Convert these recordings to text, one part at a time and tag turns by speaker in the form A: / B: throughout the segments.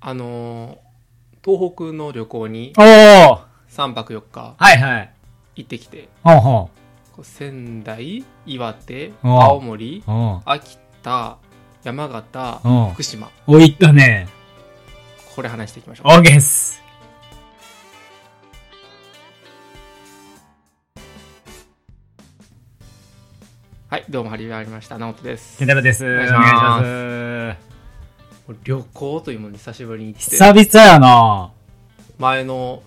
A: あのー東北の旅行に
B: おー
A: 3泊4日
B: はいはい。
A: 行ってきて、
B: ほうほ
A: こう仙台、岩手、
B: うん
A: 青森、
B: う。うん。
A: 秋田、山形
B: うん、
A: 福島、
B: お、いったね。
A: これ話していきましょう。
B: オーケーっす。
A: はい、どうも始まりました。直人です
B: ケン。タロウです。お
A: 願いします
B: 願いしま
A: 旅行というものに久しぶりに行って、
B: 久々やな
A: 前の、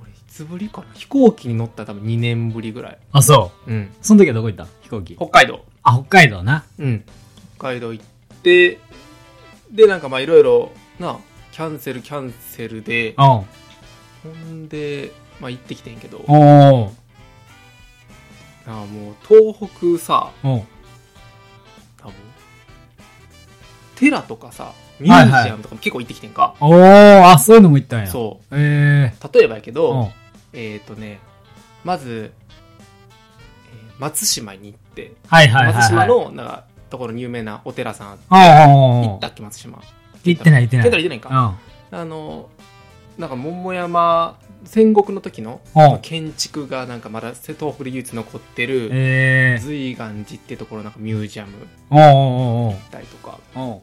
A: 俺いつぶりかな飛行機に乗ったら多分2年ぶりぐらい。
B: あ、そう。
A: うん。
B: その時はどこ行った飛行機。
A: 北海道。
B: あ、北海道な。
A: うん。北海道行って、で、なんかまあいろいろ、な、キャンセルキャンセルで、
B: おう
A: ほんで、まあ行ってきてんけど、
B: おう
A: ああもう東北さ、
B: おう
A: 多分、寺とかさ、ミュ
B: はい
A: ー
B: はい
A: ジアムとかも結構行ってきてんか。
B: おーあ、そういうのも行ったんや。う。
A: そ
B: え
A: う。例えばやけ
B: ー。お
A: ど
B: う、
A: えっ、とね、まず、えー松島に行って、
B: はいはいはいはい。
A: 松島の、なんか、ところに有名なお寺さん、
B: おうおうおう
A: 行ったっけ、松島。
B: 行ってない行ってない
A: 行ってないか。あの、なんか桃山、戦国の時の
B: うん。おう
A: 建築がなんかまだ瀬東北で唯一残ってる、
B: えー。
A: 瑞岩寺ってところなんかミュージアム行
B: おうおうおうおう
A: ったりとか、
B: おう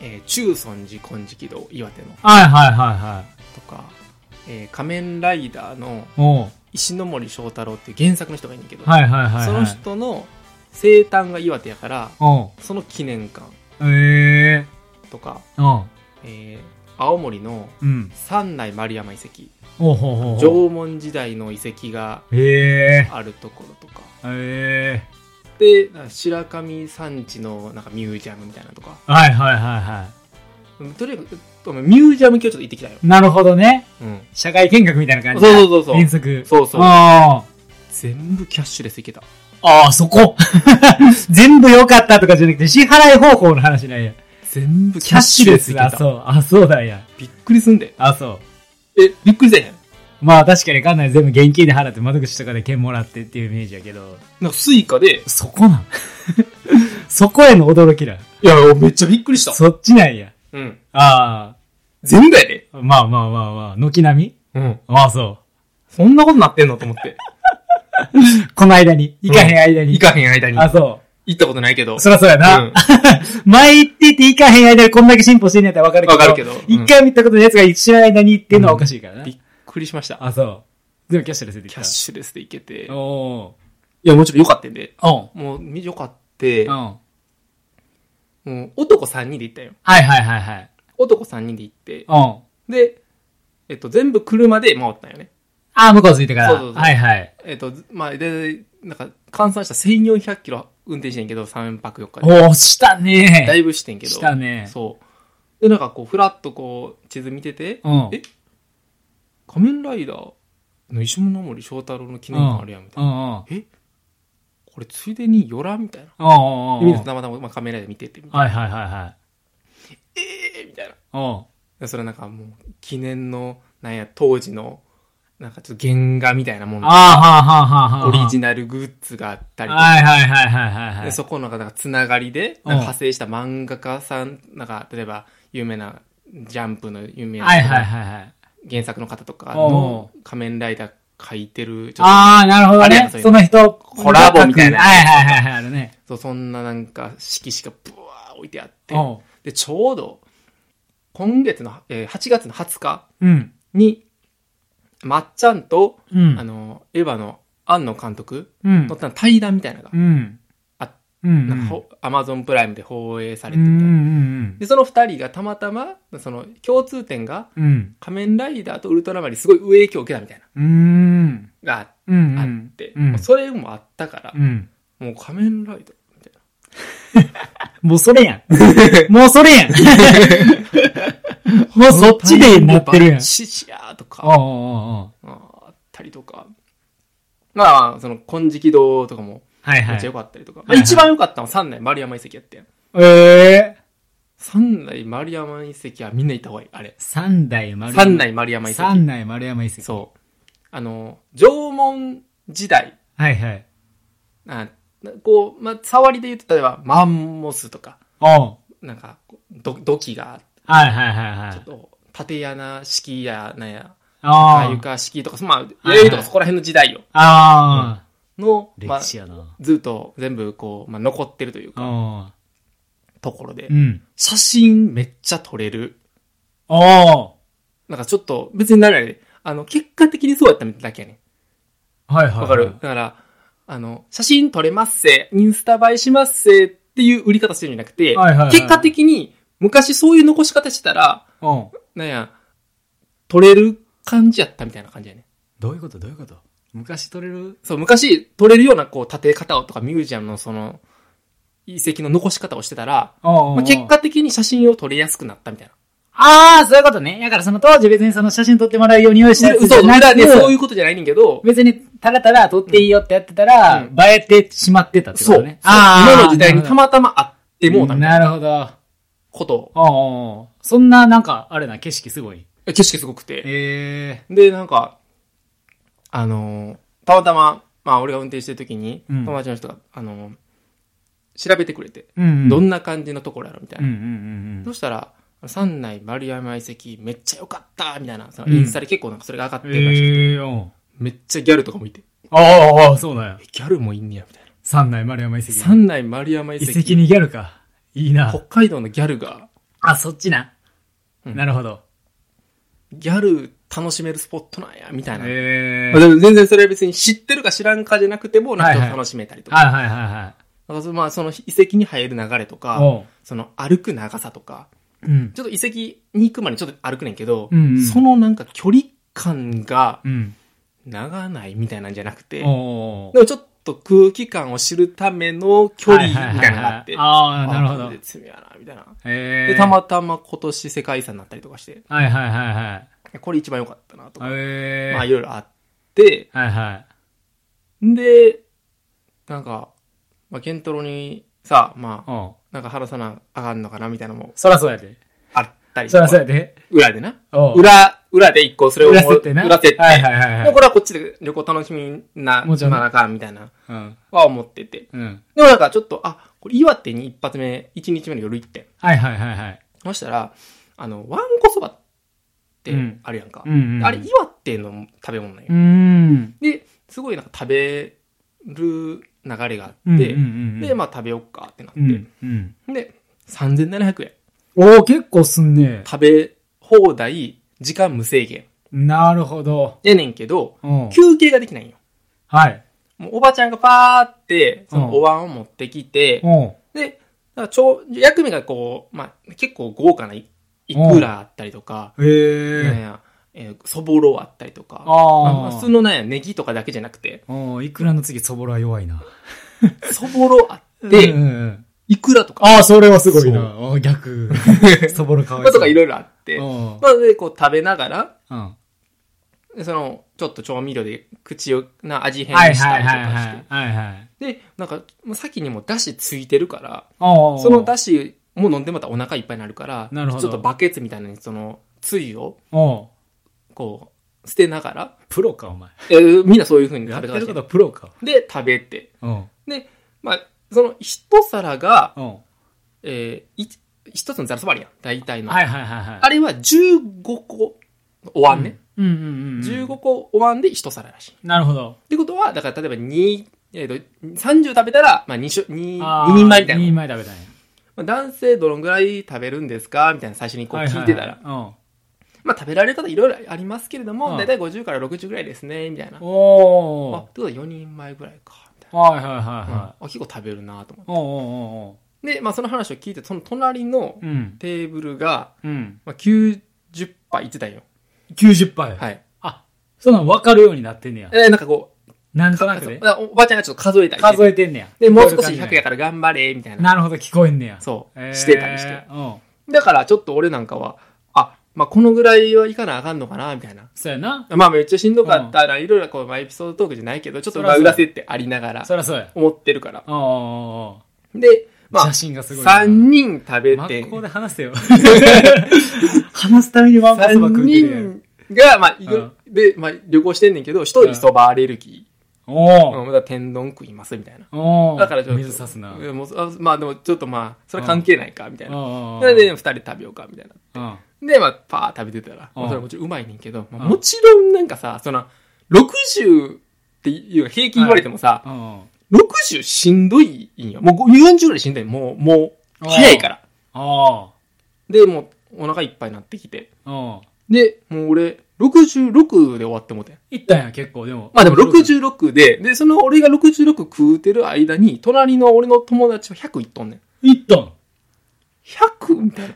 A: えー中尊寺金色堂岩手の
B: はいはいはいは
A: と
B: い。
A: か、えー仮面ライダーの
B: おう
A: 石ノ森章太郎っていう原作の人がいるんだけど、
B: はいはいはいはい。
A: その人の生誕が岩手やから、
B: おう
A: その記念館
B: ええ
A: とか、
B: ー。おう
A: えー青森の
B: うん。
A: 三内丸山遺跡、
B: おうほうほうほう。
A: 縄文時代の遺跡が
B: ええ
A: あるところとか、
B: ー。ええ
A: で、なんか白神山地のなんかミュージアムみたいなのとか、
B: ー。はいはいはいは
A: うんとにかく、うんミュージアム今日ちょっと行ってきたよ。
B: い。なるほどね。
A: うん。
B: 社会見学みたいな感
A: そう
B: じだ。
A: そうそうそう
B: 原。則。
A: そうそう。
B: あー
A: 全部キャッシュレス行けた。
B: あー、そこ 全部良かったとかじゃなくて、支払い方法の話なんや。
A: 全部
B: キャッシュレス
A: キャ
B: あ、
A: ッシュレス行けた。
B: そう。あ、そうだや。
A: びっくりすんで。
B: あ、そう。
A: え、びっくりせえへん。
B: まあ確かに館内全部現金で払って窓口とかで券もらってっていうイメージやけど、
A: なんかスイカで、
B: そこなん そこへの驚きだ。
A: いや、めっちゃびっくりし
B: そっちなんや。
A: うん。
B: あ
A: 全部やで。
B: あ、まあまあまあまあ、軒並
A: う
B: み
A: ん。
B: まあそ
A: そんなことなってんのと思って。
B: う。この間に、行かへん間に。
A: 行かへん間に。
B: あ、そ
A: 行ったことないけど
B: う。。そらそうやな。
A: うん
B: 前行ってて行かへん間にこんだけ進歩してんのやったらわかるけど。
A: わかるけどうん
B: 一回見たことのやつが知らない間にっていうのはおかしいからな。
A: びっくりしました。
B: あ、そう。全部キャッシュレスで
A: キャッシュレスで行けて。
B: お
A: い
B: お
A: や、もちろん良かったんで。
B: ーお
A: もう、み良かって
B: う、ん。
A: もう男3人で行ったよ。
B: はいはいはいはい。
A: 男3人で行って、
B: おん。
A: で、えっと、全部車で回ったんよね。
B: あー、向こう着いてから。
A: そうそうそう
B: はいはい。
A: えっと、まあ、で、なんか、換算したら1400キロ運転してんけど、3泊4日で。
B: おおしたね
A: だいぶしてんけど。
B: したね
A: そう。で、なんかこう、ふらっとこう、地図見てて、
B: うん
A: え仮面ライダーの石森森章太郎の記念館あるやん、みたいな。
B: うんうん
A: これ、ついでによらんみたいな。
B: うんうん
A: で、
B: うん
A: 見る
B: うん
A: とたまたま、まあ、仮面ライダー見てて、みたいな
B: はいはいはいはい
A: えーみたいな。
B: うん
A: でそれなんかもう、記念の、なんや、当時の、なんかちょっと原画みたいなもんで
B: あーはあはあはあはあ
A: オリジナルグッズがあったりとか。
B: はいはいはいはいはいはい
A: でそこのなんかつながりで、な
B: うん
A: んか派生した漫画家さん、なんか例えば有名なジャンプの有名な
B: はいはいはいはい
A: 原作の方とか
B: お
A: の仮面ライダー描いてる、ちょっ
B: ああなるほど
A: ありが
B: ね
A: とう
B: その人コ
A: ラボみたいな
B: はいはいはいはいあるね
A: とそうそんななんか色紙がブワー置いてあって、
B: お
A: で、ちょうど今月の、えー8月の20日
B: うん
A: に、まっちゃんと、
B: うん
A: あの、エヴァの庵野監督
B: うん
A: の対談みたいなのが
B: う、ん
A: あ
B: うん
A: なんかほアマゾンプライムで放映され
B: う
A: て
B: ん
A: た。
B: うん
A: で、その二人がたまたま、その共通点が、
B: うんうん
A: 仮面ライダーとウルトラマンにすごい上影響を受けたみたいな、
B: うん
A: があ
B: うんうん
A: あって、
B: うん
A: もうそれもあったから、
B: うん
A: もう仮面ライダーみたいな。
B: もうそれやんもうそれやんもうそっちでなってるやん
A: シシアーと
B: おう
A: か、
B: おうおうおう
A: あーあったりとか、まあ、その、金色堂とかも
B: はい
A: め
B: は
A: っちゃ良
B: い
A: かったりとか、
B: はいはい
A: まあ一番良かったのは三内丸山遺跡やってん。
B: ええ
A: 三内丸山遺跡はみんな行った方がいい、あれ。
B: 三代丸山。
A: 三内丸山遺跡。
B: 三内丸山遺跡。
A: そう。あの、縄文時代、
B: はいはい。
A: あなこう、まあ、触りで言うと、例えば、マンモスとか、
B: おう
A: なんか、ど土器があって
B: はいはいはいは
A: ちょっ
B: い。
A: と、縦穴式や、なんや、
B: あー
A: 床式とか、まあ、
B: はいはい
A: 弥生とかそこら辺の時代よ。
B: あ
A: の、
B: ー、
A: まあ
B: 歴、史やな。
A: ずっと全部こう、まあ、残ってるというか、
B: あ
A: ところで
B: ーう。ん。
A: 写真めっちゃ撮れる。
B: あ
A: なんかちょっと、別にならない。あの、結果的にそうやったみたいだけやね
B: あ、はいはいはい。
A: ん。わかる、だから、あの、写真撮れますせ、インスタ映えしますせっていう売り方してるんじゃなくて、
B: はいはいはい
A: 結果的に、昔そういう残し方してたら、
B: うん。
A: なんや、撮れる感じやったみたいな感じやね。
B: どういうことどういうこと昔撮れる
A: そう、昔撮れるようなこう、立て方をとかミュージアムのその、遺跡の残し方をしてたら、
B: あ
A: まあ、結。果的に写真を撮りやすくなったみたいな。
B: ああ、そういうことね。だからその当時別にその写真撮ってもらうように用意したやつ
A: そう、
B: な
A: 裏
B: く
A: でそういうことじゃないねんけど、
B: 別にたらたら撮っていいよってやってたら、
A: うん
B: 映えてしまってたってこ
A: そ
B: と
A: う。
B: ね。ああ。
A: 今の時代にたまたまあってもうたみたいな
B: なるほど。
A: ことを、
B: おうおうおうそんな、なんか、あれな、景色すごい。
A: 景色すごくて。
B: え
A: で、なんか、あのー、たまたま、まあ俺が運転してる時に、
B: うん
A: 友達の人が、あのー、調べてくれて、
B: えうん
A: ど
B: なん
A: な感じのところやろみたい
B: うんう
A: な。
B: んうんう
A: そ
B: ん。
A: したら、三内丸山遺跡めっちゃ良かったみたいな、その
B: うん
A: インスタで結構なんかそれが上がってるらしい
B: ええうん。
A: めっちゃギャルとかもいて、
B: ああああ、そうなんや
A: え。ギャルもいんねや、みたいな。
B: 三内丸山遺跡。
A: 三内丸山遺
B: 遺
A: 跡。
B: 跡にギャルか。いいな
A: 北。海道のギャルが、
B: あ、そっちな。
A: うん
B: なるほど。
A: ギャル楽しめるスポットなんや、みたいな。
B: え
A: まあでも全然それは別に知ってるか知らんかじゃなくても、なんかちょっと楽しめたりとか。
B: はいはいはいは
A: だからまあその遺跡に入る流れと
B: い。
A: か、
B: おう。
A: その歩く長さとか、
B: うん。
A: ちょっと遺跡に行くまでちょっと歩くねんけど、
B: うんうん
A: そのなんか距離感が
B: うん。
A: 長ないみたいなんじゃなくて、
B: おうおうおう
A: でもちょっと空気感を知るための距離みたいなのがあって、
B: はいはいはいはいああ、なるほど。
A: 絶妙やな、みたいな。
B: ええ
A: で、たまたま今年世界遺産になったりとかして、
B: はいはいはいはい。
A: これ一番良かったなとか、
B: ええ
A: まあいろいろあって、
B: はいはい。
A: で、なんか、まあ、ケントロにさ、まあ、
B: うん。
A: なんか話さなあかんのかなみたいなのも
B: そらそうやで。
A: あったり
B: そ
A: と
B: らそうや
A: か、
B: で。
A: 裏でな。
B: おう
A: 裏、裏で一個それを
B: 裏設定な。
A: 裏設定
B: はいはいはいは
A: もう
B: い。
A: これはこっちで旅行楽しみな、
B: もちろん
A: なあかんみたいな、
B: うん。
A: は思ってて。
B: うん。
A: でもなんかちょっと、あ、これ岩手に一発目、一日目の夜行ってん。
B: はいはいはいはい。
A: そしたら、あの、わんこそばって
B: うん
A: あるやんか。
B: うんうん
A: あれ岩手の食べ物なんよ
B: う。ん。
A: で、すごいなんか食べる流れがあって、
B: うんうんうん
A: で、まあ食べよっかってなって。
B: うん。うん。
A: で、3700円。
B: おお結構すんね。
A: 食べ放題、時間無制限。
B: なるほど。
A: やねんけど、
B: うん。
A: 休憩ができないんよ。
B: はい。
A: もうおばちゃんがパーって、そ
B: うん
A: のお椀を持ってきて、
B: うん。
A: で、だからちょう役目がこう、まあ、結構豪華ない、いくらあったりとか、なん
B: ええ。
A: や、えーそぼろあったりとか、まあま
B: あ
A: あ
B: あ。
A: 普通のなんや、ネギとかだけじゃなくて、
B: おいくらの次、そぼろは弱いな。
A: そぼろあっ
B: う
A: て、
B: んうんうん
A: いくらとか、
B: ああ、それはすごいな。お 逆。そぼろかわい
A: まあ
B: そ
A: と
B: う。
A: かいろ
B: ろ
A: いろあって、
B: うん
A: まあ、で、こう食べながら、
B: うん。
A: でその、ちょっと調味料で口を、な、味変
B: はい
A: した
B: はい
A: りと
B: はい
A: か
B: は
A: して
B: い。。はいはい。
A: で、なんか、もう先にもう出汁ついてるから、
B: おー
A: その出汁もう飲んでまたお腹いっぱいになるから、
B: なるほど
A: ちょっとバケツみたいなのにその、つゆを、
B: おう
A: こう、捨てながら、
B: プロか、お前。
A: えーみんなそういう風に
B: や
A: 食
B: っ
A: べ
B: て
A: 方し
B: るこ
A: て
B: とはプロか。
A: で、食べて。
B: うん。
A: で、まあ、その一皿が、
B: うん。
A: えーい一つのざるそばあるやん。大体の。
B: はいはいはいはい。
A: あれは15個、お椀ね。
B: うんうんうんうん。
A: 15個お椀で一皿らしい。っ
B: なるほど。
A: てことは、だから例えば2、えー、と30食べたら、まあ、2, しょ二
B: あ
A: 二
B: ー
A: 人前みたい
B: 二
A: な
B: 人前食べたい。
A: まあ男性どのぐらい食べるんですかみたいな最初にこう聞いてたら、
B: ははは
A: まあ食べられる方いろいろありますけれど
B: う
A: も、
B: ん
A: だいたい50から60ぐらいですね、みたいな。
B: う
A: あ、
B: ん。
A: って
B: おー
A: ことは4人前ぐらいか、みたい
B: はいはいはい
A: な。
B: は
A: あ、結構食べるなと思っ
B: い。おーおーお
A: て。で、まあその話を聞いて、その隣の
B: ーおーうん。
A: テーブルが、
B: うん。
A: まあ90杯いってたんよ。
B: 90杯。
A: はい。
B: あ、そんなん分かるようになってんねや。
A: えーなんかこう、
B: なんとなく
A: そう
B: ね。
A: だからおばあちゃんがちょっと数えたりして
B: 数えてんねや。
A: で、もう少し100や
B: や。
A: から頑張れ、みたいな。
B: なるほど、聞こえんねや。
A: そ
B: えー
A: う、してたりして。
B: うん。
A: だからちょっと俺なんかは、あ、まあこのぐらいはいかなあかんのかな、みたいな。
B: そうやな。
A: まあめっちゃしんどかったら、いろいろこう、まあエピソードトークじゃないけど、ちょっと
B: そらそう
A: 裏設定ありながら、
B: そりゃそうや。
A: 思ってるから。
B: おーおーお
A: で、ま
B: ー
A: あ
B: 写、真がすごいな。
A: 3人食べ
B: 真
A: て
B: っ、向で話せ よ。話すためにワンパス
A: 3
B: ば食うてるやん。
A: 人が、まあ、いくで、まあ旅行してんねんけど、1人そばアレルギ
B: お
A: う
B: ー
A: ん、だから天丼食いますみたいな。
B: おー
A: だからちょっと
B: 水さすな。
A: うんもうあまあでもちょっとまあ、それは関係ないかみたいな。
B: あ
A: それで二人で食べようかみたいな。
B: あ。
A: で、まあ、パー食べてたら、
B: うん
A: まあそれはもちろんうまいねんけど、まあ
B: うん
A: もちろんなんかさ、その、60っていう平均言われてもさ、
B: うん。
A: 60しんどいんよ。もう40ぐらいしんどい。もう、もう、
B: うん
A: 早いから。
B: あ
A: で、もう、お腹いっぱいになってきて。
B: あ。うん。
A: で、もう俺、66で終わってもうてん。
B: 行ったんや、結構、でも。
A: まあでも。66で、で、その俺が66食うてる間に、隣の俺の友達は100いっとんねん。
B: 行ったん。
A: 100? みたいな。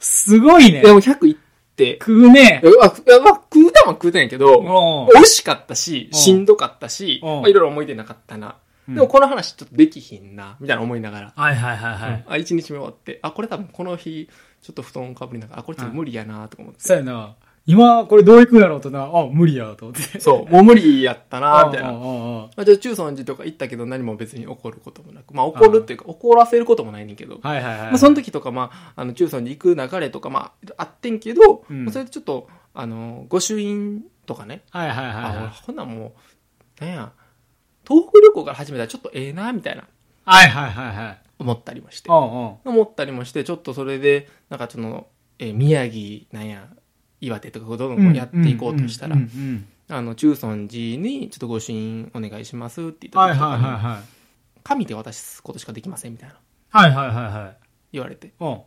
B: すごいね
A: いや、。もう100いって。
B: 食うね
A: い。や、あいやまあ、食うたんは食うたんやけど、
B: お
A: 美味しかったし、
B: うん
A: しんどかったし、
B: うん
A: まあいろいろ思い出なかったな。
B: うん
A: でもこの話ちょっとできひんな、みたいな思いながら。
B: はいはいはいはい。
A: あ、一日目終わって、あ、これ多分この日、ちょっと布団かぶりながら、あ、これちょっと無理やな、とか思って。
B: そうやな。今、これどういくんやろうとな。あ、無理や、と思って。
A: そう、もう無理やったな、みたいな。
B: うんうんうん
A: まあ、じゃあ中尊寺とか行ったけど何も別に怒ることもなく、まあ怒るっていうか怒らせることもないねんけど、
B: はいはいはい。
A: まあ、その時とか、まあ、あの中尊寺行く流れとか、まあ、あってんけど、
B: うん
A: まあそれでちょっと、あの、御朱印とかね、
B: はいはいはいはい
A: あ、ほんならもう、なんや、東北旅行から始めたらちょっとええな、みたいな、
B: はいはいはいはい。
A: 思ったりもして
B: う。んうん。
A: 思ったりもして、ちょっとそれで、なんかその、えー宮城、なんや、岩手とかどんどんやっていこうとしたら
B: うんう、んうんうん
A: あの、中尊寺にちょっと御朱印お願いしますって言った
B: はい
A: 時とか
B: は
A: に
B: いはいはい。
A: 紙で渡すことしかできませんみたいな
B: はいはいはいはい。
A: 言われて
B: お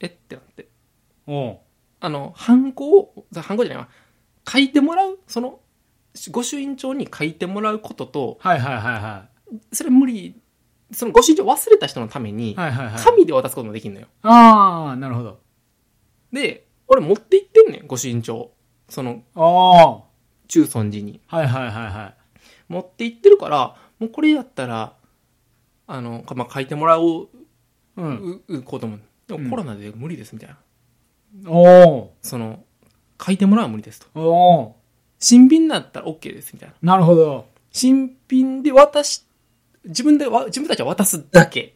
A: えってなって
B: うお
A: あのハンコをハンコじゃないわ書いてもらうその御朱印帳に書いてもらうことと
B: うはいはいはいは
A: それ無理その御朱印帳忘れた人のために
B: い。はいはいはい。
A: 紙で渡すこともできるのよ
B: ああ、なるほど。
A: で俺持って行ってんねん御朱印帳その
B: おお
A: 中尊寺に
B: はいはいはいは
A: 持って行ってるからもうこれやったらあの、かまあ、書いてもらお
B: い。うん。
A: ううこともで
B: うん
A: もコロナで無理ですみたいな、
B: おお
A: その書いてもらうは無理ですと
B: おお
A: 新品だったら OK ですみたいな
B: ーなるほど。
A: 新品で渡し、自分でわ、自分たちは渡すだけ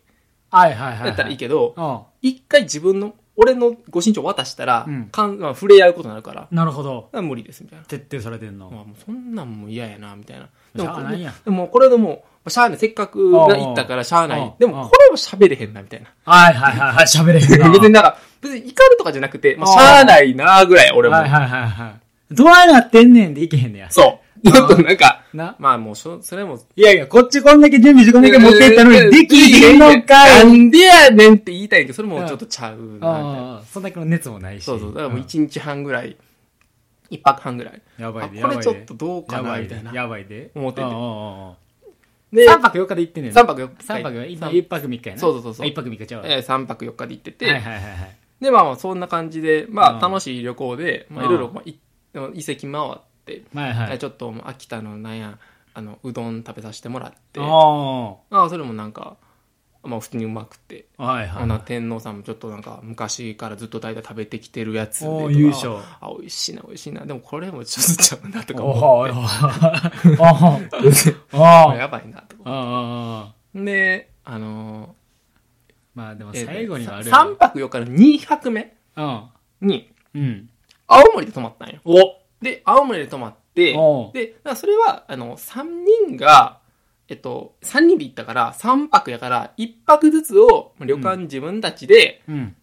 B: はいはいはいはい。
A: だったらいいけど、
B: あ
A: 一回自分の、俺のご身長渡したら、
B: うん
A: かんまあ、触れ合うことになるから、だか
B: あ、なるほど。
A: ら無理ですみたいな。
B: 徹底されてんの。
A: まあ、もうそんなんも嫌やな、みたいな。
B: しゃ
A: こ
B: あないやん
A: でもこれでもう、しゃあない、せっかくが行ったからしゃあな
B: ああ
A: い。で
B: ああ
A: もこれも喋れへんな、みたいな。
B: はいはいはいはい、喋れへん な。
A: 別になんか、別に怒るとかじゃなくて、まあ、
B: あ
A: し
B: あ
A: ゃあないな、ぐらい、俺も
B: は。いはいはいはい。どうやなってんねんでいけへんねや。
A: そう。ちょっと なんか、
B: な。
A: まあもうそ、それも、
B: いやいや、こっちこんだけ準備してこんだけ持ってったのに、できへんのか。
A: ないんでやねんって言いたいけど、それもちょっとちゃうな、みたいな。
B: ああ、そんだけの熱もないし。
A: そうそう。だからもう
B: 一
A: 1日半ぐらい、1泊半ぐらい。
B: やばいで、
A: あ
B: や
A: こ
B: ばい
A: れ
B: で。
A: ちょっとどうか
B: やば
A: な、
B: い
A: みたい
B: で
A: な、。
B: やばいで。
A: 思ってて
B: うんうんうん
A: で、
B: 三泊四日で行ってんねんな。
A: 3泊4日。
B: 三泊
A: 4
B: 4
A: 日
B: 日。一泊三日やな。
A: そうそうそうそう
B: あ一泊三日ちゃうわ。
A: えー三泊4日で行ってて、
B: はいはいはいはい。
A: で、まあまあそんな感じで、ま
B: うん
A: あ楽しい旅行で、まあ
B: う
A: い
B: ん
A: ろいろまあい遺跡回って、
B: はいはい。
A: ちょっともう秋田のなんや、あの、うどん食べさせてもらって、
B: あ
A: まあそれもなんか、まあ普通にうまくて、
B: あ。はいはい。
A: あの天皇さんもちょっとなんか昔からずっと代々食べてきてるやつで
B: おー
A: とか
B: 優勝
A: あ美味しいな美味しいなでもこれもちょっとちゃうなとか
B: お
A: 思
B: おーおーお ー
A: って
B: おーおー
A: やばいなとか
B: ああ。
A: であの
B: まあでも
A: ー
B: 最後にはあるよ
A: 3
B: ね。
A: 泊4日の2泊目に
B: うん。うん。
A: 青森で泊まったんよ
B: お
A: で青森で泊まって
B: おう
A: でだからそれはあの3人がえっと、3人で行ったから3泊やから1泊ずつを旅館自分たちで、
B: うん。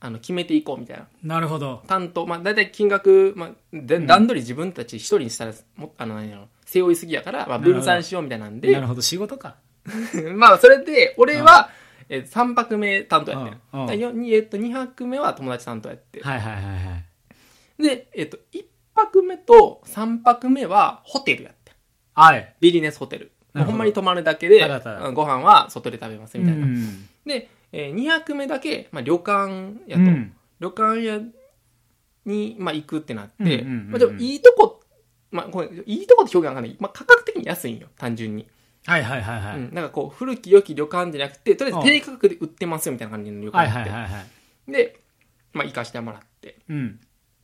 A: あの決めていこうみたいな
B: なるほど。
A: 担当、まあ、大体金額、まあ、で
B: うん
A: 段取り自分たち一人にしたら、もあの、何やろ、背負いすぎやから、まあ、
B: なるほど
A: 分散しようみたいなん
B: な
A: で
B: る、ほど、仕事か。
A: まあ、それで、俺は、え3泊目担当やってん
B: うんうん
A: だからよにえっと、2泊目は友達担当やって。
B: はいはいはいはい。
A: で、えっと、1泊目と3泊目はホテルやってん
B: はい。
A: ビジネスホテル。
B: なる
A: もう
B: ほど
A: ほんまに泊まるだけで、
B: ただただ
A: ご飯は外で食べますみたいな。
B: ん。
A: で、え2泊目だけ、まあ、旅館やと。
B: うん
A: 旅館屋に、まあ、行くってなって、
B: うんうんうんうん
A: まあ、でもいいとこ、まあ、これいいとこって表現わかんない、まあ、価格的に安いんよ単純に、
B: はいはいはいはい。
A: うん、なんかこう古き良き旅館じゃなくてとりあえず低価格で売ってますよみたいな感じの旅
B: は
A: 館
B: い
A: って、
B: はいはいはい。
A: で、まあ、行かしてもらって
B: うん。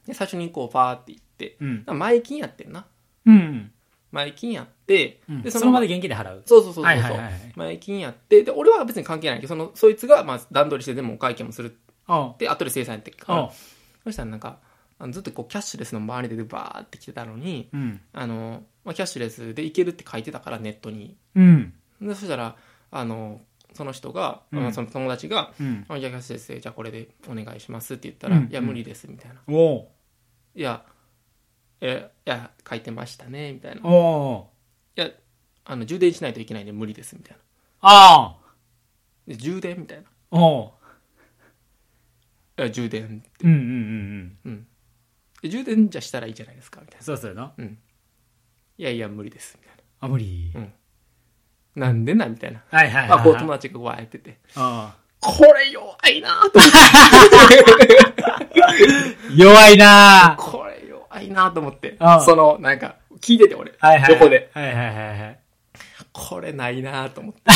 A: で最初にこうファーって行って
B: うん。
A: なんか前金やってんな
B: うん。
A: 前金やって、
B: うん
A: で
B: その場で現金で払う。
A: そうそうそうそう、
B: はいはいはいはい。
A: 前金やってで俺は別に関係ないけどそのそいつがまあ段取りしてでもお会計もするっ
B: おう
A: て後で生産やってるから
B: おう
A: そしたらなんかあのずっとこうキャッシュレスの周りでバーって来てたのに
B: うん。
A: あの、まあ、キャッシュレスで行けるって書いてたから、ネットに。
B: うん。
A: で、そしたら、あの、その人が、
B: うん
A: まあその友達が、
B: うん。
A: あじゃあキャッシュレスで、じゃあこれでお願いしますって言ったら、
B: うん
A: いや、無理です、みたいな。
B: おう
A: いや、え、いや、書いてましたね、みたいな。い
B: おう
A: や、あの、充電しないといけないんで無理です、みたいな。
B: ああ
A: で充電みたいな。い
B: おう
A: や、充電。
B: うんうんうんうん。
A: うん。で充電じゃしたらいいじゃないですか、みたいな。
B: そうそうやな。
A: いやいや、無理です、みたい
B: あ、無理。
A: な。なんでな、みたいな。
B: はいはいはい
A: ま
B: はい。
A: あ、こう友達がわーってて、
B: あ
A: これ弱い なと思って、
B: あ弱いなぁ。
A: これ弱いなと思って
B: あ、あ
A: その、なんか、聞いてて俺、
B: はいはい。
A: 横で、。
B: はいはいはいはい。
A: これないなと思 って。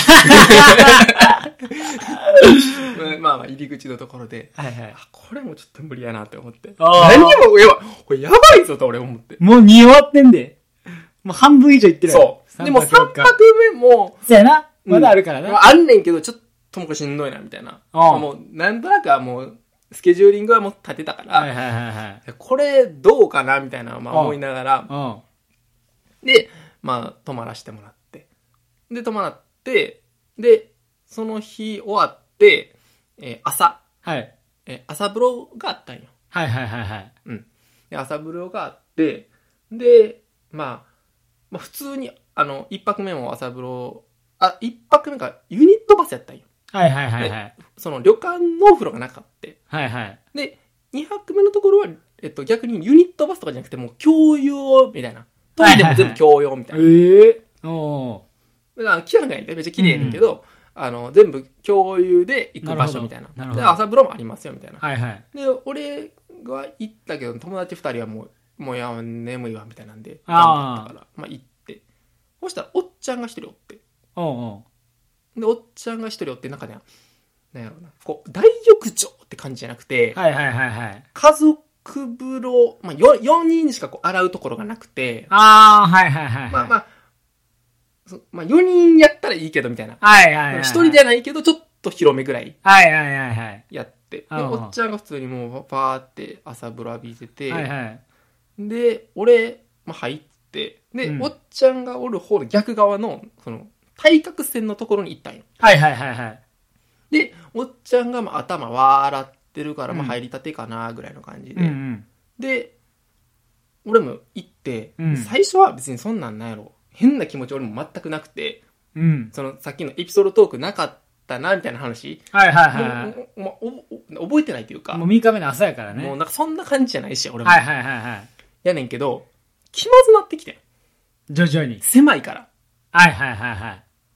A: うんまあまあ、入り口のところで、
B: はいはい。
A: あこれもちょっと無理やなって思って。
B: ああ
A: 何も、やばい、これやばいぞと俺思って。
B: もう2終わってんで。もう半分以上いってる
A: そう。でも3
B: 泊
A: 泊目も、
B: そうやな。まだあるから
A: ま
B: な。
A: ああんねんけど、ちょっともこしんどいな、みたいな。
B: ああ
A: もう、なんとなくはもう、スケジューリングはもう立てたから、
B: はいはいはいはい。
A: これどうかな、みたいな、まあ
B: ああ
A: 思いながら、
B: うん。
A: で、まあ、泊まらせてもらって。で、泊まらって、で、その日終わって、えー朝、
B: はい。
A: えー朝風呂があったんよ。
B: はいはいはいはい。
A: うん。で、朝風呂があって、で、まあ、まあ、普通に、あの、一泊目も朝風呂、あ、一泊目がユニットバスやったんよ。
B: はいはいはいはい。
A: その旅館のお風呂がなかった。
B: はいはい。
A: で、二泊目のところは、えっと、逆にユニットバスとかじゃなくて、もう共用、みたいな。トイレも全部共用みたいな。
B: ええお
A: だから、汚くないね。めっちゃ綺麗だけど、あの、全部共有で行く場所みたいな。
B: なるほどなるほど
A: で、朝風呂もありますよ、みたいな。
B: はいはい。
A: で、俺が行ったけど、友達二人はもう、もういや、眠いわ、みたいなんで、
B: あー
A: ったから、まあ行って。そしたら、おっちゃんが一人おって。
B: おお
A: で、おっちゃんが一人おって、なんかね、なんやろうな、こう、大浴場って感じじゃなくて、
B: はいはいはいはい。
A: 家族風呂、まあ、4, 4人しかこう洗うところがなくて、
B: ああ、はいはいはい。
A: まあまあ、そまあ、4人やったらいいけどみたいな。
B: はいはいはい。
A: 1人じ。ゃないけど、ちょっと広めぐらい
B: はいはいはいはい。
A: やって。で、
B: ああ
A: おっちゃんが普通にもうパーって朝風呂浴びてて、
B: はいはい。
A: で、俺、まあ、入って、で、
B: うん
A: おっちゃんがおる方の逆側の、その、対角線のところに行ったんよ。
B: はいはいはいはい。
A: で、おっちゃんがまあ頭わー洗ってるから、まあ、
B: うん
A: 入りたてかなぐらいの感じで、
B: うんうん。
A: で俺も行って、
B: うん
A: 最初は別にそんなんなんやろ変な気持ち俺も全くなくて
B: うん。
A: そのさっきのエピソードトークなかったなみたいな話、
B: はいはい
A: もう
B: は
A: おおおお覚えてないというか
B: い。もう3日目の朝やからね。
A: もうなんかそんな感じじゃないし俺も、
B: はいはいはいはい。
A: やねんけど気まずなってきてん
B: 徐々に。
A: 狭いから
B: はいはいはいは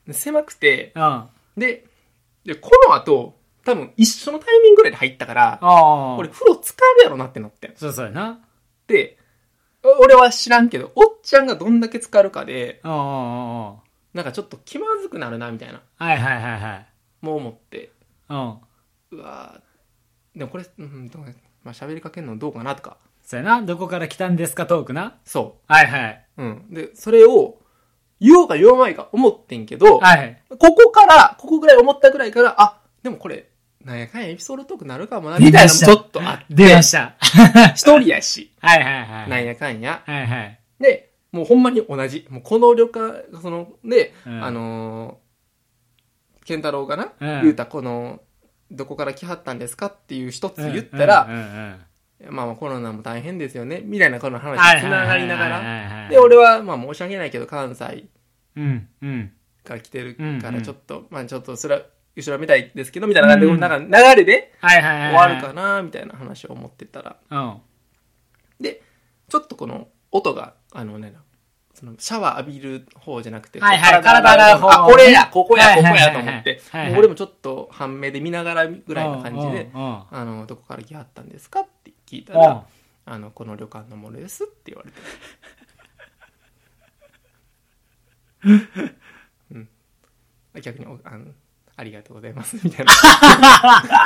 B: い。
A: 狭くて
B: うん。あ
A: ででこの後多分一緒のタイミングぐらいで入ったから
B: あ。
A: 俺。風呂使えるやろなってなってん
B: そうそうやな。
A: でお俺は知らんけどおっちゃんがどんだけ使えるかで
B: おうおうおう
A: なんかちょっと気まずくなるなみたいな
B: はいはいはいはい。
A: もう思って
B: うん。
A: うわーでもこれ、うん、どうまあ喋りかけるのどうかなとか
B: そうやな。どこから来たんですかトークな。
A: そ
B: はいはい。
A: う、うん、でそれを言おうか言おうまいか思ってんけど、
B: はい。
A: ここからここぐらい思ったぐらいからあでもこれなんやかんやエピソードトークなるかもなみたいなのもちょっとあって
B: 出ました。
A: 一人やし
B: はいはいはい。
A: なんやかんや
B: はいはい。
A: でもうほんまに同じもうこの旅館そので、
B: うん
A: あのー、健太郎がな、
B: うん
A: 言うたこのどこから来はったんですかっていう一つ言ったら、
B: うんうんうん
A: まあまあコロナも大変ですよね、みたいなこの
B: うん。
A: 話
B: はい
A: につながりながら。
B: ら
A: で、、俺はまあ申し訳ないけど関西
B: うんうん。
A: から来てるか
B: うんう
A: ら
B: ん
A: ちょっと、まあちょっとそれは後ろ見たいですけど、みたいな感じで、なんか流れで
B: はいはいはい
A: 終
B: は
A: わ
B: い。
A: るかな、みたいな話を思ってたら、
B: な。うん。
A: ちょっとこの音が、あのね、そのシャワー浴びる方じゃなくて、
B: はいはい
A: 洗う方
B: 体洗う方
A: あ、これや、ここや、
B: は
A: こ
B: い
A: こ
B: はいは
A: や
B: いはい
A: と思って、
B: はいはい
A: もう俺もちょっと半目で見ながらぐ
B: ぐ
A: らいの感じで、
B: うんうん。
A: あの、どこから来はったんですかって聞いた
B: うん
A: ら、あの、この旅館のものですって言われて。 うん。逆におあの、ありがとうございます、みたいな。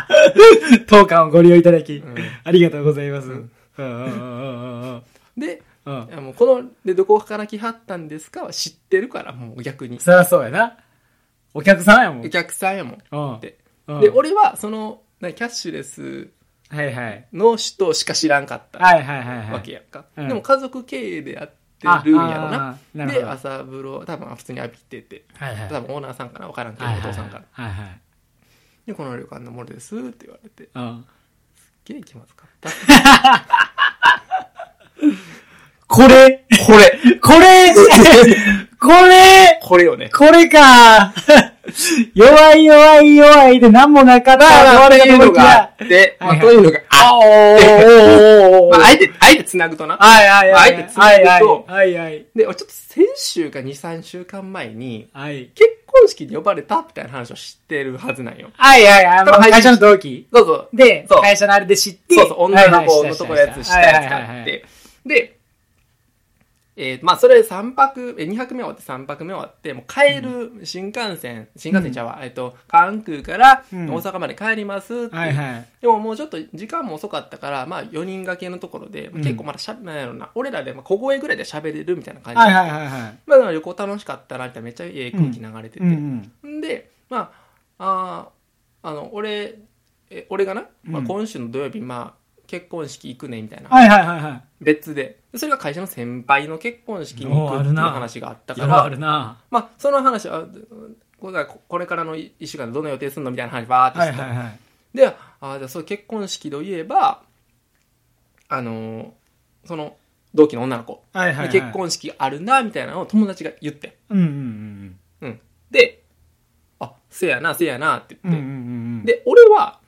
B: 当館をご利用いただき
A: うん、
B: ありがとうございます。うん
A: ん
B: うんうんうんうん
A: で、
B: うんうん。
A: あもうこの、で、どこから来はったんですかは知ってるから、もう逆に。
B: そりゃそうやな。お客さんやもん。
A: お客さんやもん。
B: うん
A: て
B: うん
A: で、俺は、その、なキャッシュレス
B: はいはい。
A: の人しか知らんかった
B: はいはいはいはい。
A: わけやんか。
B: うん
A: でも家族経営であってるんやろな。
B: ああなるほ
A: で、
B: ど。はい
A: 朝風呂、多分普通に浴びてて、
B: はい。
A: 多分オーナーさんかな、わからんけど、
B: はい
A: お
B: はい
A: 父さんから。
B: はいはい。
A: で、この旅館のものですって言われて、
B: うん
A: すっげえ気まずかった。
B: これ
A: これ
B: これこれ
A: これよね。
B: これか弱い弱い弱いで何もなかった
A: まあ、と
B: 我
A: いう
B: 々
A: の
B: の時
A: があ
B: は
A: って、ま
B: は
A: あ、
B: いはい
A: というのがあ
B: あおーおーおーお
A: ま
B: ー
A: あ、あえて、あえて繋ぐとな。
B: はいはいはい。
A: あえてつなぐと
B: はいはい。
A: で、俺ちょっと先週か2、3週間前に、
B: はい。
A: 結婚式に呼ばれたみたいな話を知ってるはずなんよ。
B: はいはいはい。あの
A: 多分
B: 会社の同期。
A: そうそう。
B: で、
A: そう
B: 会社のあれで知って。
A: そうそう、女の子
B: はいはい
A: のとこのやつ、した
B: はいは
A: や
B: い
A: つ
B: はいは
A: 買
B: い
A: って。で、えーまあ、それ3泊、え、2泊目終わって3泊目終わって、もう帰る新幹線、新幹線ちゃうわ、えっと、関空から大
B: うん
A: 阪まで帰りますっていう
B: はいはい。
A: でももうちょっと時間も遅かったから、まあ、4人掛けのところで、まあ
B: うん
A: 結構まだしゃべ、なんやろな、俺らでまあ小声ぐらいで喋れるみたいな感じ。
B: はいはいはいはい。
A: まあ、だから旅行楽しかったな、みたいな、めっちゃええ空気流れてて。
B: うんうん。
A: んでまああーあの俺え俺がな、まあ、
B: うん
A: 今週の土曜日、まあ、結婚式行くねみたいな、
B: はいはいはいはい。
A: 別ででそれが会社の先輩の結婚式に行
B: お
A: くっ
B: ーあ
A: てい
B: る
A: う
B: な
A: 話があったか
B: ようあ
A: ら
B: るな
A: まあ、その話はうんこれこれからの1週間でどの予定するのみたいな話バーっと
B: は
A: し
B: い
A: てた、
B: はいはい。
A: であーじゃあそう結婚式といえばあのーその同期の女の子、
B: はいはいはい。
A: 結。婚式あるなみたいなのを友達が言ってん
B: うんうん
A: で「あせやなせやな」って
B: うん。うん
A: 言っ
B: う
A: て、
B: んうんうん。、
A: で、俺は、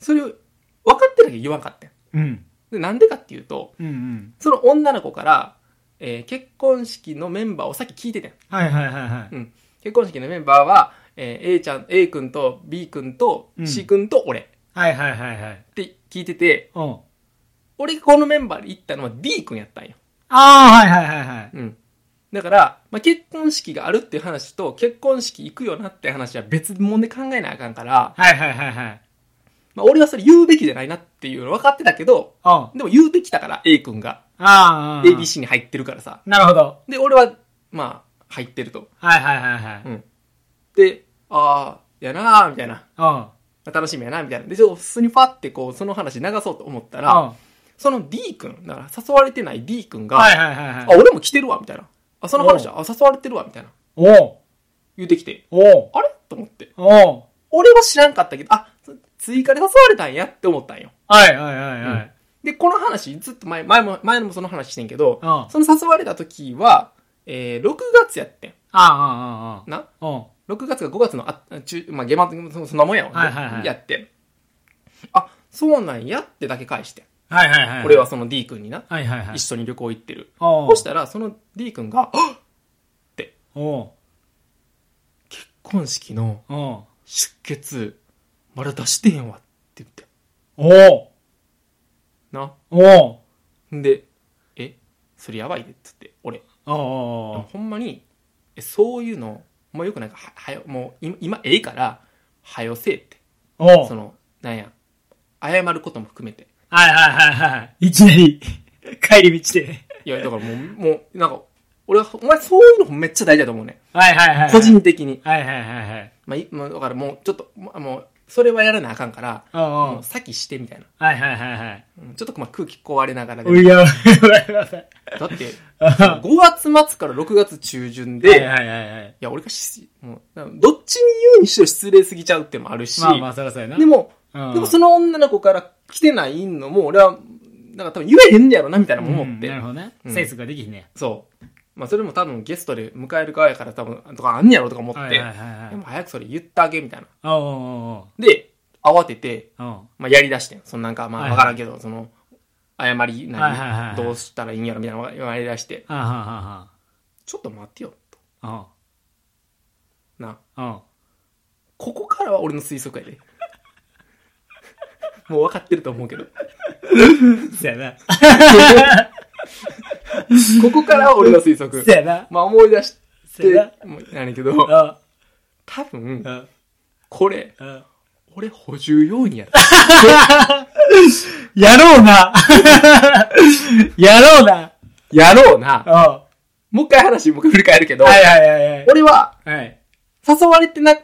A: それを分かってるけど言わんかったよ。
B: うん。
A: で、なんでかっていうと、
B: うんうん。
A: その女の子から、えー結婚式のメンバーをさっき聞いてたよ。
B: はいはいはいはい。
A: うん。結婚式のメンバーは、えー A ちゃん、A 君と B 君と
B: うん
A: C 君と俺っ
B: はいはいはいはい。
A: て聞いてて、
B: おう
A: 俺がこのメンバーで行ったのは D 君やったんよ。
B: ああ、はいはいはいはい。
A: うん。だから、まあ、結婚式があるっていう話と、結婚式行くよなって話は別物で考えなあかんから、
B: はいはいはいはい。
A: まあ、俺はそれ言うべきじゃないなっていうの分かってたけど、
B: おう
A: でも言うてきたから、A 君が。
B: ああ。
A: ABC に入ってるからさ。
B: なるほど。
A: で、俺は、まあ、入ってると。
B: はいはいはいはい。
A: うん。で、ああ、やなーみたいな。
B: おう
A: 楽しみやな、みたいな。で、ちょっと普通にファってこう、その話流そうと思ったら、
B: おう
A: その D 君、だから誘われてない D 君が、
B: はいはいはいはい
A: あ、。俺も来てるわ、みたいな。あ、その話、あ、誘われてるわ、みたいな。
B: おう
A: 言うてきて、
B: おう
A: あれと思って。
B: おう
A: 俺は知らんかったけど、あ、そ追加で誘われたんやって思ったんよ。
B: はいはいはいは
A: う
B: い。
A: で、この話、ずっと前、前も、前もその話してんけど、
B: ああ
A: その誘われた時は、えー、6月やってん。
B: あああああ
A: な
B: あ。お
A: 6月か5月のあ中、まあ、下馬そそんなもんやわ、
B: はいはいはい
A: やってあそうなんやってだけ返して、
B: うはいはいはい。
A: 俺は。その D 君にな、
B: はいはいはい
A: 一。緒に旅行行ってる
B: お
A: そしたらその D 君があ
B: おう
A: 結婚式の
B: おう
A: 出血まだ出してへんわって言って
B: おう
A: な
B: おうん
A: でえそれやばいでっつって俺
B: おお
A: ほんまにえそういうのもうよくないからははよもう今今ええからはよせえって
B: おお
A: そのなんや謝ることも含めて
B: はいはいはいはい。いきなり、帰り道で。
A: いや、だからもう、もう、なんか、俺は、お前そういうのめっちゃ大事だと思うね。
B: はいはいはい。
A: 個。人的に。
B: はいはいはいはい。
A: まあい、まあ、だからもう、ちょっと、まあもう、それはやらなあかんから、
B: おうお
A: も
B: う
A: う先してみたいな。
B: はいはいはいはい。
A: うんちょっとまあ空気壊れながらで。
B: ういや、はい
A: だって、5月末から6月中旬で、い
B: はいはいはい。
A: や、俺がし、もう、どっちに言うにしろ失礼すぎちゃうってのもあるし、
B: まあまあ、そらそうやな。
A: でも、
B: うん、
A: でもその女の子から来てないのも、俺は、なんか多分言えへんねやろな、みたいなもん思って。
B: うんなるほどね。
A: うん
B: センスができひんね
A: そう。まあ、それも多分ゲストで迎える側やから多分、とかあんねやろとか思って、
B: はいはいはいはい
A: でも早くそれ言ってあげ、みたいな。
B: おうおう
A: で、慌てて、
B: おうおう
A: まあ、やりだしてん。そのなんか、ま
B: は
A: あ、
B: い
A: わからんけど、その、謝り
B: はいはいはい
A: な
B: はい
A: り、どうしたらいいんやろみたいなのがやりだして、
B: あはは
A: ちょっと待ってよ、と。
B: は
A: な、
B: おうおう
A: ここからは俺の推測やで。 もう分かってると思うけど。こ
B: そやな。
A: こからは俺の推測
B: そ。やな。
A: まあ、思い出し
B: そ
A: て
B: やな、
A: もうなんやけど、多分、これ、俺補充要員やで。
B: やろうな やろうな
A: やろうな。
B: おは
A: もう一回話、もう一回振り返るけ
B: い
A: ど、
B: はいはいはい。
A: 俺は、
B: はい。
A: 誘われてな、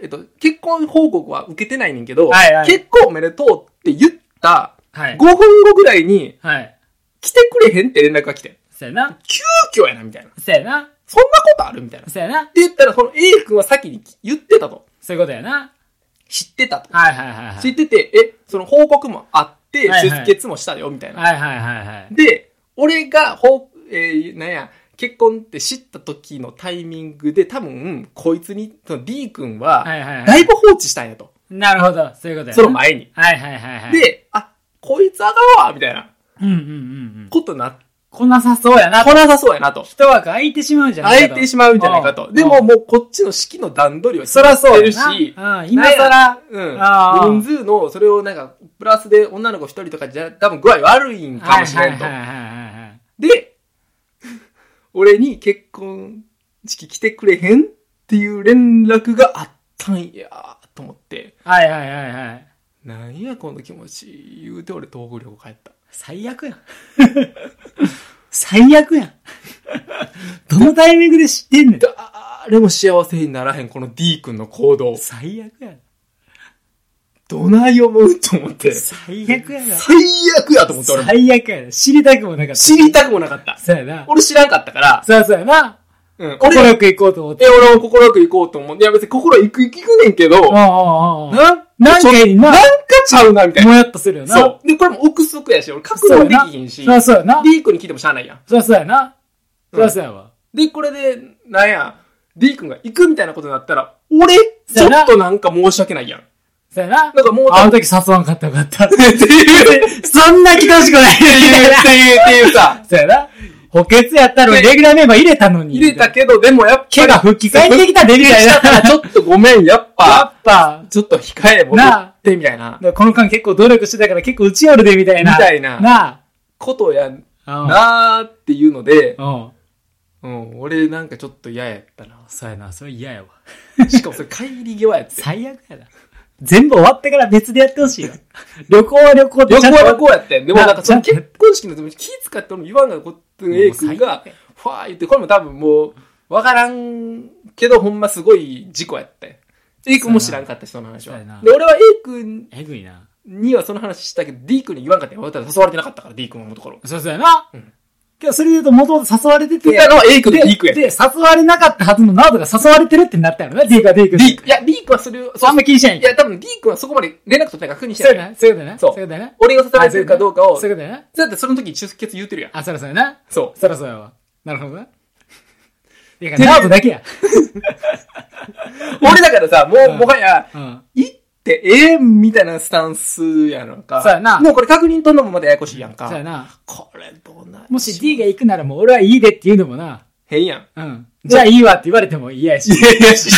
A: えっと、結婚報告は受けてないねんけど、
B: はいはい
A: 結婚おめでとうって言った、
B: はい
A: 5分後ぐらいに、
B: はい。
A: 来てくれへんって連絡が来てん。
B: そうやな。
A: 急遽やな、みたいな。
B: そうやな。
A: そんなことあるみたいな。って
B: そうやな。
A: 言ったら、この A 君は先に言ってたと。
B: そういうことやな。
A: 知ってたと。
B: はいはいはいはい。
A: 知ってて、え、その報告もあって、
B: はいはい
A: 出血もしたよ、みたいな。
B: はいはいはいはい。
A: で、俺が、ほう、えーなんや、結婚って知った時のタイミングで、多分、こいつに、その D 君
B: は
A: は、
B: いはいは
A: だ
B: い。
A: いぶ放置したんやと。
B: なるほど。そういうことやな。
A: その前に。
B: はいはいはいはい。、
A: で、あ、こいつあかんわ、みたいな
B: うんうんうんうん。
A: ことな、
B: 来なさそうやな。
A: こなさそうやなと。
B: 一枠空いてしまうんじゃない
A: 空
B: か
A: い
B: と。
A: てしまうんじゃないかと。でも、もうこっちの式の段取りは知
B: そら
A: っ
B: そ
A: て
B: う
A: る
B: や
A: し、
B: な。うん、今さら、あ
A: う
B: ー
A: ん。人数の、それをなんか、プラスで女の子一人とかじゃ、多分具合悪いんかもしれんと
B: はい。はいはいはいはいはい。
A: で、 俺に結婚式来てくれへんっていう連絡があったんや、と思って。
B: はいはいはいはい。
A: なんや、この気持ち。言うて俺東北旅行帰った。
B: 最悪やん。 最悪やん。 どのタイミングで知ってんねん。
A: 誰も幸せにならへん、この D 君の行動。
B: 最悪やん。
A: どない思うと思って。最
B: 最悪やな。
A: 悪やと思って俺も。
B: 最悪やな。知りたくもなかった。
A: 知りたくもなかった。
B: そうやな。
A: 俺知らんかったから、
B: そうそうやな。
A: うん、俺
B: 心よく行こうと思って。
A: え、俺も心よく行こうと思う。いや、別に心行く、行くねんけど、
B: おうおうおうおう
A: な、
B: なんかやりな
A: なんかちゃうな、みたいな。
B: もやっとするよな。
A: そう。で、これも憶測やし、俺確
B: そう
A: 認
B: や
A: で
B: な。
A: きひんし、
B: そうそうやな。
A: D 君に聞いてもしゃあないやん。
B: そうそうや
A: う
B: な。
A: ん
B: そうそうやわ。
A: で、これで、なんや、D 君が行くみたいなことになったら、俺、ち
B: そ
A: ょ
B: うやな
A: っとなんか申し訳ないやん。
B: そうやな。
A: なんかもう、
B: あの時誘わんかったよかった。
A: っていう、っていう、っていう、っ
B: そんな気通しくない。
A: ていうさ、
B: そうやな。補欠やったらレギュラーメンバー入れたのに。
A: 入れたけど、でもやっぱり、
B: 毛が復帰返ってきたで、みたいな。
A: だ からちょっとごめん、やっ
B: や
A: ぱ、
B: っぱ、
A: ちょっと控え戻って、みたいな、
B: この間結構努力してたから結構打ち寄るで、みたい
A: み
B: な。
A: たいな、
B: な
A: ことやん
B: あ。
A: なーっていうので、
B: うん。うん。
A: うん、俺なんかちょっと嫌やったな。
B: そうやな、それ嫌やわ。
A: しかもそれ帰り際やっ て。
B: 最悪やな。全部終わってから別でやってほしいよ。旅行は旅行で
A: 旅
B: ち
A: 行
B: ゃんと。
A: は旅行やってん。でもなんかその
B: ちゃんと
A: 結婚式の時も気使っても言わんがこって
B: もう
A: A 君が、ファー言って、これも多分もう、わからんけど、ほんますごい事故やったよ。A 君も知らんかったし、その話は。
B: そうやな
A: で、俺は A 君
B: えぐいな。
A: にはその話したけど、D 君に言わんかったよ。俺たら誘われてなかったから、D 君のところ。
B: そうそうやな。
A: うん
B: けどそれで言うと、もともと誘われてて。
A: 言ったのは A 君
B: で
A: と D 君や
B: で、誘われなかったはずのナードが誘われてるってなったやろな、D 君は D 君。
A: D 君。いや、D 君はそれを、そう
B: あんま気にしない
A: いや、多分 D 君はそこまで連絡取ってないから確認して
B: そう
A: ない。
B: やな、そういうことやな。
A: そう
B: いうことやな。
A: 俺が誘われてるかどうかを、だ
B: そういうことやな。
A: ってその時に出血言うてるやん。
B: あ、そらそうやな。
A: そう。
B: そらそうやわ。なる ほどな。いや、
A: て
B: ナードだけや。
A: 俺だからさ、も
B: う
A: う、
B: ん
A: もはや、
B: うん。
A: 行ってええんみたいなスタンスやなんか。
B: そうやな
A: もうこれ確認取んのもまだややこしいやん
B: そうや
A: か。
B: な。
A: これどうなん
B: もし D が行くならもう俺はいいでって言うのもな。
A: 変 やん。
B: うん。じゃあいいわって言われても嫌 やし。
A: やいや、し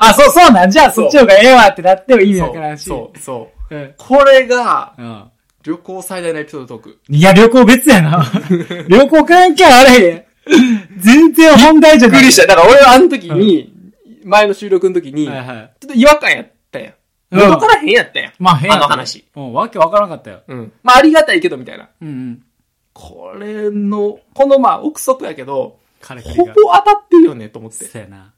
B: あ、そう、そうなん。じゃあ
A: そう
B: そっちの方がええわってなっても意味わからんし。
A: そう、そう。
B: うん。
A: これが、
B: うん。
A: 旅行最大のエピソードトーク。
B: いや、旅行別や な。旅行関係あれへん。全然本題じゃ
A: びっ
B: ない。
A: くりした。だから俺はあの時に、前の収録の時に、ち
B: はい
A: ょ
B: はい。
A: っと違和感やったやん。
B: うん
A: 元から変やったやん。
B: まあ変や
A: あ
B: った
A: の話。
B: うん、わけわからなかったよ。
A: うん。まあありがたいけどみたいな。
B: うんうん。
A: これの、このまあ憶測やけど、
B: からくり
A: ほぼ
B: が。
A: 当たってるよねと思って。
B: そうやな。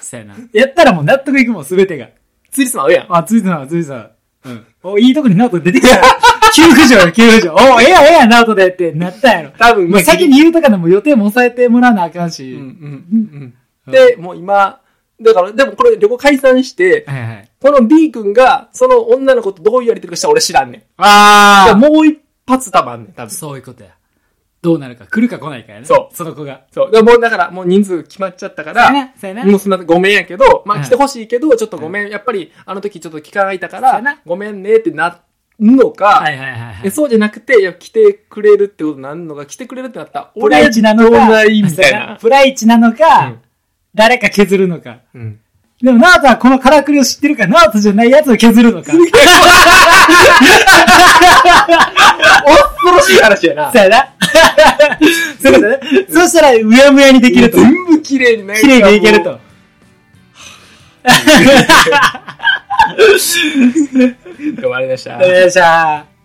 B: そうやな。やったらもう納得いくもん、すべてが。
A: ツイスマ合うやん。
B: あ、ついてた、ついてた。うん。お、いいとこにナオト出て きた。急浮上よ、急浮上。お、ええやん、ええやん、ナオトでってなったやろ。
A: 多分、
B: まあ、先に言うとかでも予定も抑えてもらわなあかんし。うん
A: で、もう今、だから、でもこれ旅行解散して、
B: はいはい。
A: この D 君が、その女の子とどういうやりとりかしたら俺知らんねん。
B: あ
A: だ
B: あ
A: からもう一発多分あんねん、多分。そ
B: そういうことや。どうなるか、来るか来ないかやね。。
A: そう
B: その子が。
A: う。だからもうだから、もう人数決まっちゃったから、
B: そうやな。そうや
A: も
B: な。
A: うそんな、ごめんやけど、ま
B: う
A: あ
B: ん
A: 来てほしいけど、ちょっとごめん、やっぱりあの時ちょっと期間空いたか
B: そうやな
A: ら、ごめんねってなるの
B: は
A: か、
B: いはいはいは
A: え
B: い。
A: そうじゃなくて、いや、来てくれるってことになるのが、来てくれるってなったら、
B: プライチなの
A: どう
B: か、
A: ないみたい
B: そうやな
A: な。
B: プライチなのか、
A: うん
B: 誰か削るのか。
A: うん。
B: でも、ナートはこのからくりを知ってるから、ナートじゃないやつを削るのか。 そ
A: 恐ろしい話やな。
B: うや な。そういうことね。そしたら、うやむやにできると。
A: 全部綺麗にね
B: 綺麗にいける と。
A: 頑張りました
B: よっしゃー。